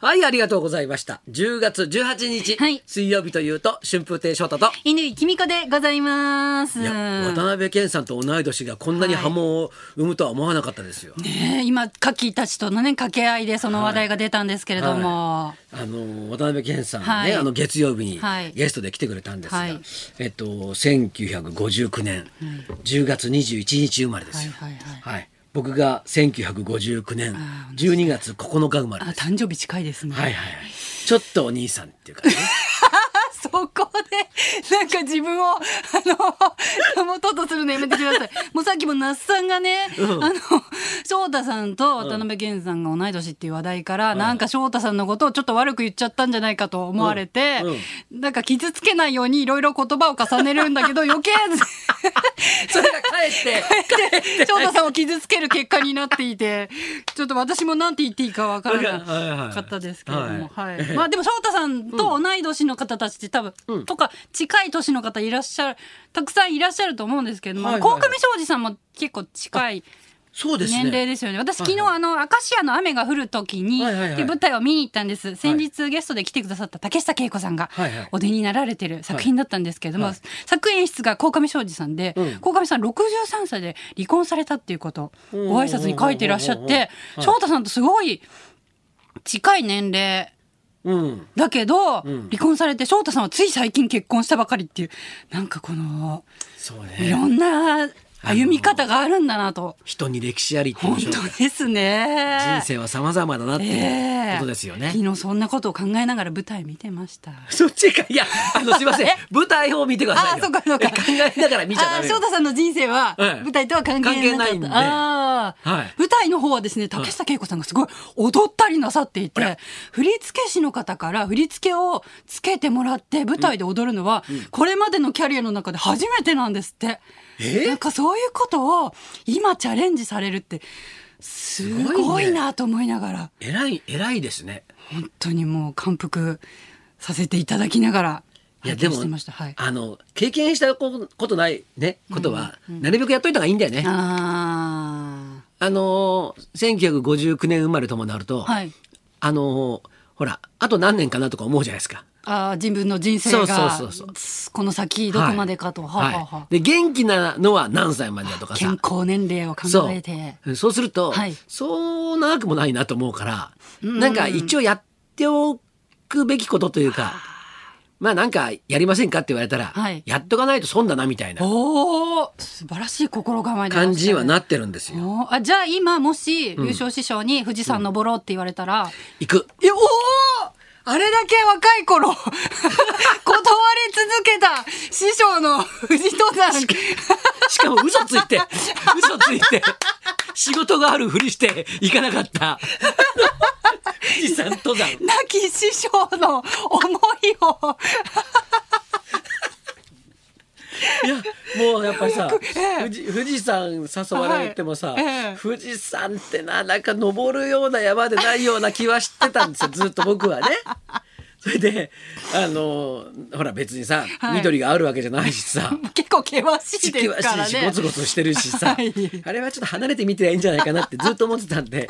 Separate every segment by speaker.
Speaker 1: はい、ありがとうございました。10月18日、
Speaker 2: はい
Speaker 1: 水曜日というと、春風亭昇太と、
Speaker 2: 犬井君子でございます。
Speaker 1: いや、渡辺謙さんと同い年がこんなに波紋を生むとは思わなかったですよ。
Speaker 2: ねえ今、カキたちとのね、掛け合いでその話題が出たんですけれども。
Speaker 1: あの渡辺謙さんね、
Speaker 2: はい
Speaker 1: あの月曜日に
Speaker 2: はい
Speaker 1: ゲストで来てくれたんですが、
Speaker 2: はい
Speaker 1: えっと、1959年10月21日生まれですよ。
Speaker 2: はいはいはい
Speaker 1: 僕が1959年12月9日生まれ
Speaker 2: あ、
Speaker 1: です。
Speaker 2: 誕生日近いですね。
Speaker 1: はいはいはい。ちょっとお兄さんっていう かね。
Speaker 2: そこで、なんか自分を、あの、もとうとするのやめてください。もうさっきも那須さんがね、あの、翔太さんと渡辺謙さんが同い年っていう話題から、なんか翔太さんのことをちょっと悪く言っちゃったんじゃないかと思われて、
Speaker 1: うん
Speaker 2: なんか傷つけないようにいろいろ言葉を重ねるんだけど、余計、
Speaker 1: それがかえって、
Speaker 2: 翔太さんを傷つける結果になっていて、 ちょっと私もなんて言っていいかわからな
Speaker 1: はいはいはい
Speaker 2: かったですけれども、
Speaker 1: は
Speaker 2: はいい。まあでも翔太さんと同い年の方たちって多分、とか近い年の方いらっしゃる、たくさんいらっしゃると思うんですけれども、
Speaker 1: はい
Speaker 2: 鴻
Speaker 1: はいはい
Speaker 2: 上庄司さんも結構近い。
Speaker 1: そうですね。
Speaker 2: 年齢ですよね。私昨日
Speaker 1: はい
Speaker 2: あの、アカシアの雨が降る時に、
Speaker 1: はいはいはい
Speaker 2: っていう舞台を見に行ったんです。先日ゲストで来てくださった竹下恵子さんが
Speaker 1: はいはい
Speaker 2: お出になられてる作品だったんですけれども、
Speaker 1: はいはい
Speaker 2: 作演出が鴻上庄司さんで、
Speaker 1: うん
Speaker 2: 鴻上さん63歳で離婚されたっていうことをご挨拶に書いてらっしゃっ
Speaker 1: うんうんうん
Speaker 2: て、翔太さんとすごい近い年齢。
Speaker 1: うん。
Speaker 2: だけど、
Speaker 1: ん
Speaker 2: 離婚されて翔太さんはつい最近結婚したばかりっていうなんかこの
Speaker 1: そう
Speaker 2: い
Speaker 1: ね。
Speaker 2: ろんな歩み方があるんだなと
Speaker 1: 人に歴史ありって言う
Speaker 2: 本
Speaker 1: でしょうか
Speaker 2: 当ですね
Speaker 1: 人生は様々だなっていうことですよね。
Speaker 2: 昨日そんなことを考えながら舞台見てました。
Speaker 1: そっちか。いや、あの、すいません
Speaker 2: え。
Speaker 1: 舞台を見てください
Speaker 2: ああ、
Speaker 1: よ。
Speaker 2: そうかそうか。
Speaker 1: 考えながら見ちゃダ
Speaker 2: あー
Speaker 1: メ
Speaker 2: 翔
Speaker 1: よ。
Speaker 2: 太さんの人生は
Speaker 1: ええ
Speaker 2: 舞台とは関係なかった。
Speaker 1: 関係ないんで
Speaker 2: ああ、
Speaker 1: はい
Speaker 2: 舞台の方はですね、竹下恵子さんがすごい踊ったりなさっていて、
Speaker 1: あら
Speaker 2: 振付師の方から振り付けをつけてもらって舞台で踊るのは、これまでのキャリアの中で初めてなんですって。
Speaker 1: え
Speaker 2: なんかそういうことを今チャレンジされるって、す
Speaker 1: ごいね
Speaker 2: ごいなと思いながら。
Speaker 1: 偉い、偉いですね。
Speaker 2: 本当にもう感服させていただきながら
Speaker 1: いや、
Speaker 2: 拝
Speaker 1: で
Speaker 2: 見
Speaker 1: も
Speaker 2: してました。はい、、
Speaker 1: あの、経験したことないね、ことは、なるべくやっといた方がいいんだよね。
Speaker 2: あ
Speaker 1: あのー、1959年生まれともなると、
Speaker 2: あ、はい。
Speaker 1: あのー、ほら、あと何年かなとか思うじゃないですか。
Speaker 2: ああ、自分の人生が
Speaker 1: そうそうそう
Speaker 2: この先どこまでかと、は、
Speaker 1: はい
Speaker 2: は
Speaker 1: は。
Speaker 2: あは
Speaker 1: で、
Speaker 2: い
Speaker 1: 元気なのは何歳までだと
Speaker 2: あ
Speaker 1: かさ。
Speaker 2: 健康年齢を考
Speaker 1: そ
Speaker 2: えて。
Speaker 1: うそうすると、
Speaker 2: はい
Speaker 1: そう長くもないなと思うから、なんか一応やっておくべきことというか、まあなんかやりませんかって言われたら、
Speaker 2: はい
Speaker 1: やっとかないと損だなみたいな
Speaker 2: おお、素晴らしい心構えでいらっしゃ
Speaker 1: 感
Speaker 2: る
Speaker 1: じはなってるんですよ。
Speaker 2: おーあじゃあ今もし優勝師匠に富士山登ろうって言われたら、
Speaker 1: 行く。
Speaker 2: いや、おおあれだけ若い頃、 断り続けた師匠の富士登山。
Speaker 1: しかも嘘つい て、嘘ついて、仕事があるふりして行かなか った。富士山登山。
Speaker 2: 亡き師匠の思いを
Speaker 1: いやもうやっぱりさ、
Speaker 2: ええ
Speaker 1: 富士富士山誘われてもさ、
Speaker 2: はいええ
Speaker 1: 富士山ってななんか登るような山でないような気はしてたん ですよずっと僕はね。それであのほら別にさ、
Speaker 2: はい
Speaker 1: 緑があるわけじゃないしさ。
Speaker 2: 結構険しいで
Speaker 1: 地球
Speaker 2: す
Speaker 1: は
Speaker 2: から
Speaker 1: ししゴ
Speaker 2: ね
Speaker 1: ツ。ゴツしてるしさ、
Speaker 2: はい
Speaker 1: あれはちょっと離れて見てりゃいいんじゃないかなってずっと思ってたんで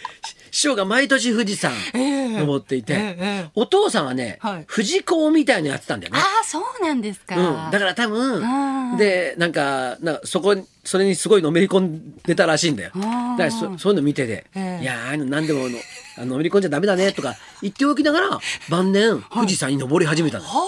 Speaker 1: 師匠が毎年富士山
Speaker 2: ええ
Speaker 1: 登っていて、
Speaker 2: ええええ
Speaker 1: お父さんはね、
Speaker 2: はい
Speaker 1: 富士講みたいなのやってたんだよね。
Speaker 2: ああそうなんですか。
Speaker 1: うん、だから多
Speaker 2: あ
Speaker 1: 分
Speaker 2: ー
Speaker 1: でなんかなんかそこにそれにすごいのめり込んでたらしいんだよだ
Speaker 2: あー
Speaker 1: からそそういうの見てて「
Speaker 2: ええ
Speaker 1: いやーああいうの何でもの あののめり込んじゃダメだね」とか言っておきながら晩年富士山に登り始めたの、だか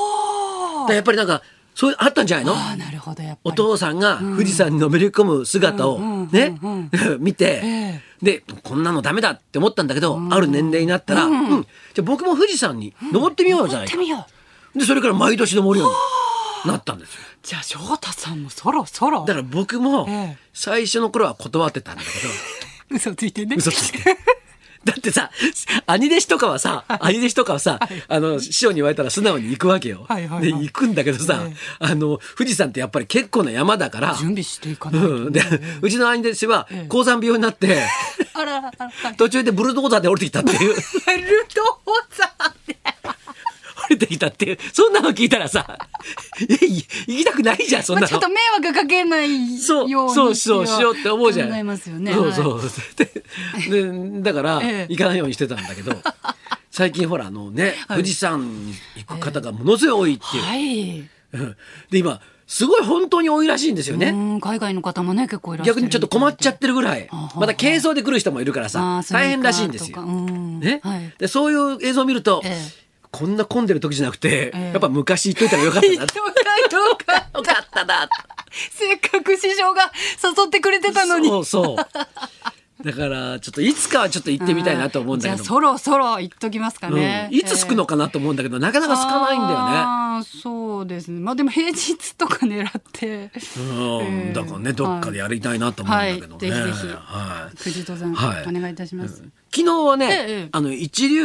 Speaker 1: らやっぱりなんかそういうあったんじゃないの
Speaker 2: ああなるほどやっぱり。
Speaker 1: お父さんが富士山にのめり込む姿をね 見て
Speaker 2: え
Speaker 1: でこんなのダメだって思ったんだけどある年齢になったら、うんじゃあ僕も富士山に登ってみようじゃない
Speaker 2: 行
Speaker 1: か
Speaker 2: ってみよう。
Speaker 1: でそれから毎年登るようになったんですよ。
Speaker 2: じゃあ翔太さんもそろそろ
Speaker 1: だから僕も
Speaker 2: ええ
Speaker 1: 最初の頃は断ってたんだけど、
Speaker 2: 嘘ついてね。
Speaker 1: 嘘ついて。だってさ、兄弟子とかはさ、兄弟子とかはさ、あの、師匠に言われたら素直に行くわけよ。
Speaker 2: はいはいはい
Speaker 1: で、行くんだけどさ、
Speaker 2: ええ
Speaker 1: あの、富士山ってやっぱり結構な山だから、
Speaker 2: 準備していかないとね。
Speaker 1: うん。で、うちの兄弟子は高山病になって、
Speaker 2: あらあらあら。
Speaker 1: 途中でブルドーザーで降りてきたっていう。
Speaker 2: ルドーザーで
Speaker 1: あれてきたっていうそんなの聞いたらさ いやい行きたくないじゃんそん
Speaker 2: ま
Speaker 1: な
Speaker 2: あ、ち
Speaker 1: の
Speaker 2: ょっと。迷惑かけない
Speaker 1: そう
Speaker 2: ように
Speaker 1: そうそうしようって思うじゃん。
Speaker 2: 考えますよね。
Speaker 1: そうそう
Speaker 2: はい。
Speaker 1: ででだから、
Speaker 2: ええ
Speaker 1: 行かないようにしてたんだけ ど最近ほらあのね、
Speaker 2: はい
Speaker 1: 富士山に行く方がものすごい多いっていう。
Speaker 2: はい。
Speaker 1: うん で今すごい本当に多いらしいんですよね。
Speaker 2: うん海外の方もね結構いらっしゃる。
Speaker 1: 逆にちょっと困っちゃってるぐらい
Speaker 2: あはは
Speaker 1: また軽装で来る人もいるから
Speaker 2: あ
Speaker 1: さ
Speaker 2: ースニーカー
Speaker 1: 大変らしいんですよ
Speaker 2: とかう。ん
Speaker 1: ね
Speaker 2: はい
Speaker 1: でそういう映像を見ると、
Speaker 2: ええ
Speaker 1: こんな混んでる時じゃなくて、
Speaker 2: ええ
Speaker 1: やっぱ昔行っといたらよか ったなって。
Speaker 2: よかったよかったな。せっかく師匠が誘ってくれてたのに。
Speaker 1: そうそう。だからちょっといつかはちょっと行ってみたいなと思うんだけ
Speaker 2: じゃ
Speaker 1: ど
Speaker 2: あそろそろ行っときますか
Speaker 1: うん
Speaker 2: ね。
Speaker 1: いつ着くの
Speaker 2: か
Speaker 1: かなと思うんだけど、なかなか着かないんだよね。
Speaker 2: よね。そうですね。まあでも平日とか狙って。
Speaker 1: うん、
Speaker 2: ええ
Speaker 1: だからね、どっかでやりたいなと思うんだけどね。
Speaker 2: はいはいぜひぜひ
Speaker 1: はい
Speaker 2: 藤戸さん、
Speaker 1: はい
Speaker 2: お願いいたします。
Speaker 1: 昨日はね、
Speaker 2: ええ
Speaker 1: あの一流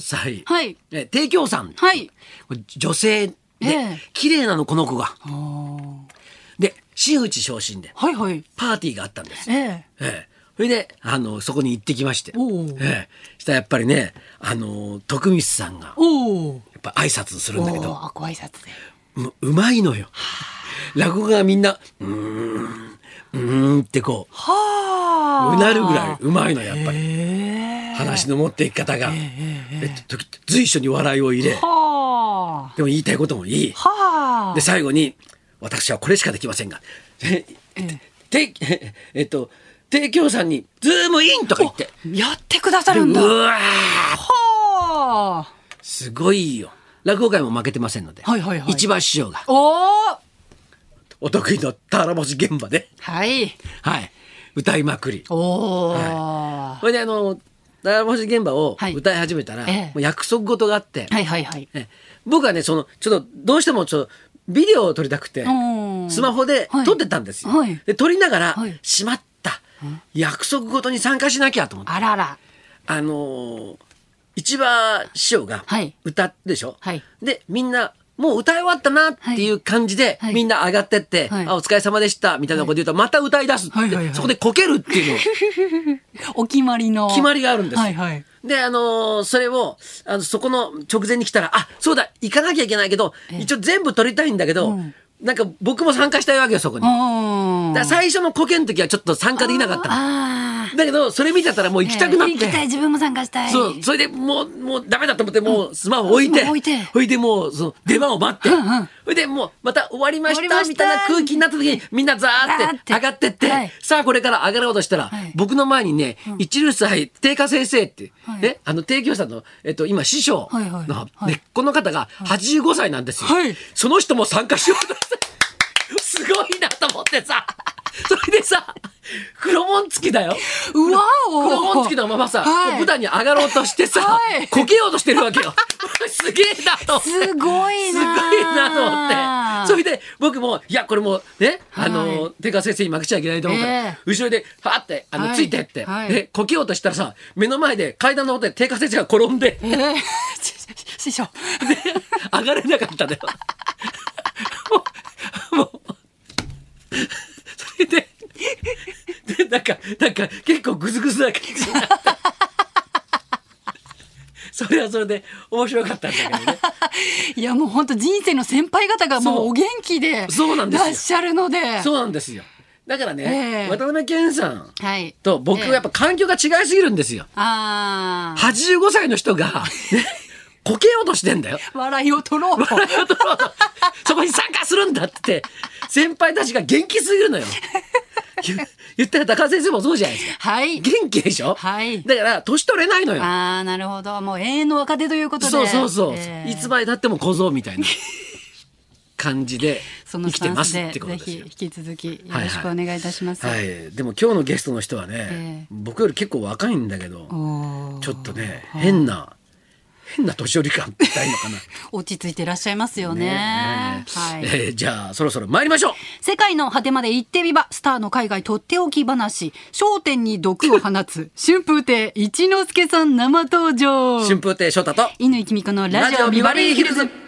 Speaker 1: 祭、
Speaker 2: はい
Speaker 1: え帝京さん、
Speaker 2: はい
Speaker 1: これ女性で、
Speaker 2: ええ
Speaker 1: 綺麗なのこの子が、
Speaker 2: あー
Speaker 1: で真打ち昇進で
Speaker 2: はいはい。
Speaker 1: パーティーがあったんですよ。
Speaker 2: ええ。
Speaker 1: ええそれであのそこに行ってきまして、
Speaker 2: おう
Speaker 1: ええ、したらやっぱりねあの徳光さんが
Speaker 2: おお。
Speaker 1: やっぱ挨拶するんだけど、
Speaker 2: あご挨拶で。
Speaker 1: ううまいのよ。落語家がみんな、うーん、うーんってこう、
Speaker 2: はあ。
Speaker 1: うなるぐらいうまいの、やっぱり。
Speaker 2: ええ。
Speaker 1: 話の持っていき方が。
Speaker 2: え
Speaker 1: えっと時々随所に笑いを入れ、
Speaker 2: はあ。
Speaker 1: でも言いたいこともいい。
Speaker 2: はあ。
Speaker 1: で、最後に、私はこれしかできませんが、え
Speaker 2: ええ
Speaker 1: て、えっと、提供さんに、ズームインとか言って。
Speaker 2: やってくださ
Speaker 1: で
Speaker 2: るん
Speaker 1: う
Speaker 2: だ。は
Speaker 1: わー
Speaker 2: あ。
Speaker 1: すごいよ。落語界も負けてませんので、
Speaker 2: はいはいはい
Speaker 1: 一番師匠が
Speaker 2: おお。
Speaker 1: お得意の田原星現場で、
Speaker 2: はい。
Speaker 1: はい、歌いまくり。
Speaker 2: おお、
Speaker 1: それであのダもし現場を
Speaker 2: はい
Speaker 1: 歌い始めたら、
Speaker 2: ええ
Speaker 1: もう約束事があって、
Speaker 2: はいはいはい。
Speaker 1: ええ僕はねそのちょっとどうしてもちょっとビデオを撮りたくて
Speaker 2: おー
Speaker 1: スマホで
Speaker 2: はい
Speaker 1: 撮ってたんですよ。
Speaker 2: はい
Speaker 1: で撮りながら、
Speaker 2: はい
Speaker 1: しまった約束事に参加しなきゃと思って
Speaker 2: あらら。
Speaker 1: あのー市場師匠が
Speaker 2: はい
Speaker 1: 歌ってでしょ、
Speaker 2: はい
Speaker 1: でみんなもう歌い終わったなっていう感じで、
Speaker 2: はい
Speaker 1: みんな上がってって、
Speaker 2: はい
Speaker 1: あお疲れ様でしたみたいなこと言うと、また歌い出すって、
Speaker 2: はいはいはい
Speaker 1: そこでこけるっていうのを
Speaker 2: お決まりの。
Speaker 1: 決まりがあるんですよ
Speaker 2: はいはい。
Speaker 1: で、あのーそれを、あの、そこの直前に来たら、あ、そうだ、行かなきゃいけないけど、
Speaker 2: ええ
Speaker 1: 一応全部撮りたいんだけど、
Speaker 2: うん
Speaker 1: なんか僕も参加したいわけよ、そこに。だか
Speaker 2: お
Speaker 1: ら最初のコケの時はちょっと参加できなかったの
Speaker 2: ああ。
Speaker 1: だけど、それ見てたらもう行きたくなって。
Speaker 2: ええ行きたい、自分も参加したい。
Speaker 1: そう、それでもう、もうダメだと思って、もうスマホ置いて、
Speaker 2: スマホ置いて
Speaker 1: それでもう、その出番を待って、
Speaker 2: うんうん
Speaker 1: それでもう、また終わりまし
Speaker 2: 終わり
Speaker 1: た、
Speaker 2: ました
Speaker 1: みたいな空気になった時に、みんなザ
Speaker 2: ザ
Speaker 1: ーっ
Speaker 2: ーってて
Speaker 1: 上がってって、
Speaker 2: はい
Speaker 1: さあこれから上がろうとしたら、
Speaker 2: はい
Speaker 1: 僕の前にね、一流祭定価先生って、
Speaker 2: はい
Speaker 1: ね、あの、定教さんの、えっと、今、師匠の、
Speaker 2: はいはいはい
Speaker 1: ね、この方が85歳なんですよ。
Speaker 2: はい
Speaker 1: その人も参加しようとして、すごいなと思ってさ、 それでさ、黒紋付きだよ。
Speaker 2: うわお。
Speaker 1: 黒紋付きのままさ、
Speaker 2: はい
Speaker 1: 舞台に上がろうとしてさ、
Speaker 2: はい
Speaker 1: こけようとしてるわけよ。 すげえなと思って。
Speaker 2: すごいなー
Speaker 1: すごいなと思って。それで、僕も、いや、これもうね、あの、
Speaker 2: は
Speaker 1: 手川先生に負けちゃいけないと思うから、
Speaker 2: ええ
Speaker 1: 後ろで、はーって、あの、
Speaker 2: はい
Speaker 1: ついてって、
Speaker 2: はい
Speaker 1: で、こけようとしたらさ、目の前で階段のことで手川先生が転んで、
Speaker 2: ええ 師匠。
Speaker 1: 上がれなかったのよ。もう、もう、それで、で、なんか、なんか、結構グズグズな感じになって。それはそれで面白かったんだけどね。
Speaker 2: いやもう本当人生の先輩方がも
Speaker 1: そう
Speaker 2: うお元気で
Speaker 1: そうなんですよ
Speaker 2: らっしゃるので。
Speaker 1: そうなんですよ。だからね、
Speaker 2: ええ
Speaker 1: 渡辺謙さん
Speaker 2: はい。
Speaker 1: と僕はやっ
Speaker 2: ぱ。
Speaker 1: ぱ環境が違いすぎるんですよ。
Speaker 2: ああ。
Speaker 1: 85歳の人が、ね、こけようとしてんだよ。
Speaker 2: 笑いを取ろう と。
Speaker 1: そこに参加するんだって先輩たちが元気すぎるのよ。 言言ったら高橋先生もそうじゃないですか。
Speaker 2: はい。
Speaker 1: 元気でしょ、
Speaker 2: はい
Speaker 1: だから年取れないのよ。
Speaker 2: ああ、なるほど。もう永遠の若手ということで。
Speaker 1: そうそうそう、
Speaker 2: ええ
Speaker 1: いつまでたっても小僧みたいな感じで
Speaker 2: その
Speaker 1: 生
Speaker 2: ス
Speaker 1: きて
Speaker 2: タン
Speaker 1: ま
Speaker 2: ス
Speaker 1: す
Speaker 2: で
Speaker 1: ってこと
Speaker 2: ぜ
Speaker 1: です
Speaker 2: ひ
Speaker 1: よ
Speaker 2: 引。き続きよろしくお願いいたします。
Speaker 1: はい、でも今日のゲストの人はね、
Speaker 2: ええ
Speaker 1: 僕より結構若いんだけど、
Speaker 2: おー
Speaker 1: ちょっとね、変な、変な年寄り感みたいのかな。
Speaker 2: 落ち着いていらっしゃいますよね。
Speaker 1: ね
Speaker 2: はい
Speaker 1: え。ーじゃあそろそろ参りましょう
Speaker 2: 世界の果てまで行ってみば、スターの海外とっておき話、焦点に毒を放つ、春風亭一之輔さん生登場。
Speaker 1: 春風亭昇太と
Speaker 2: 犬井君子のラジオビバリーヒルズ。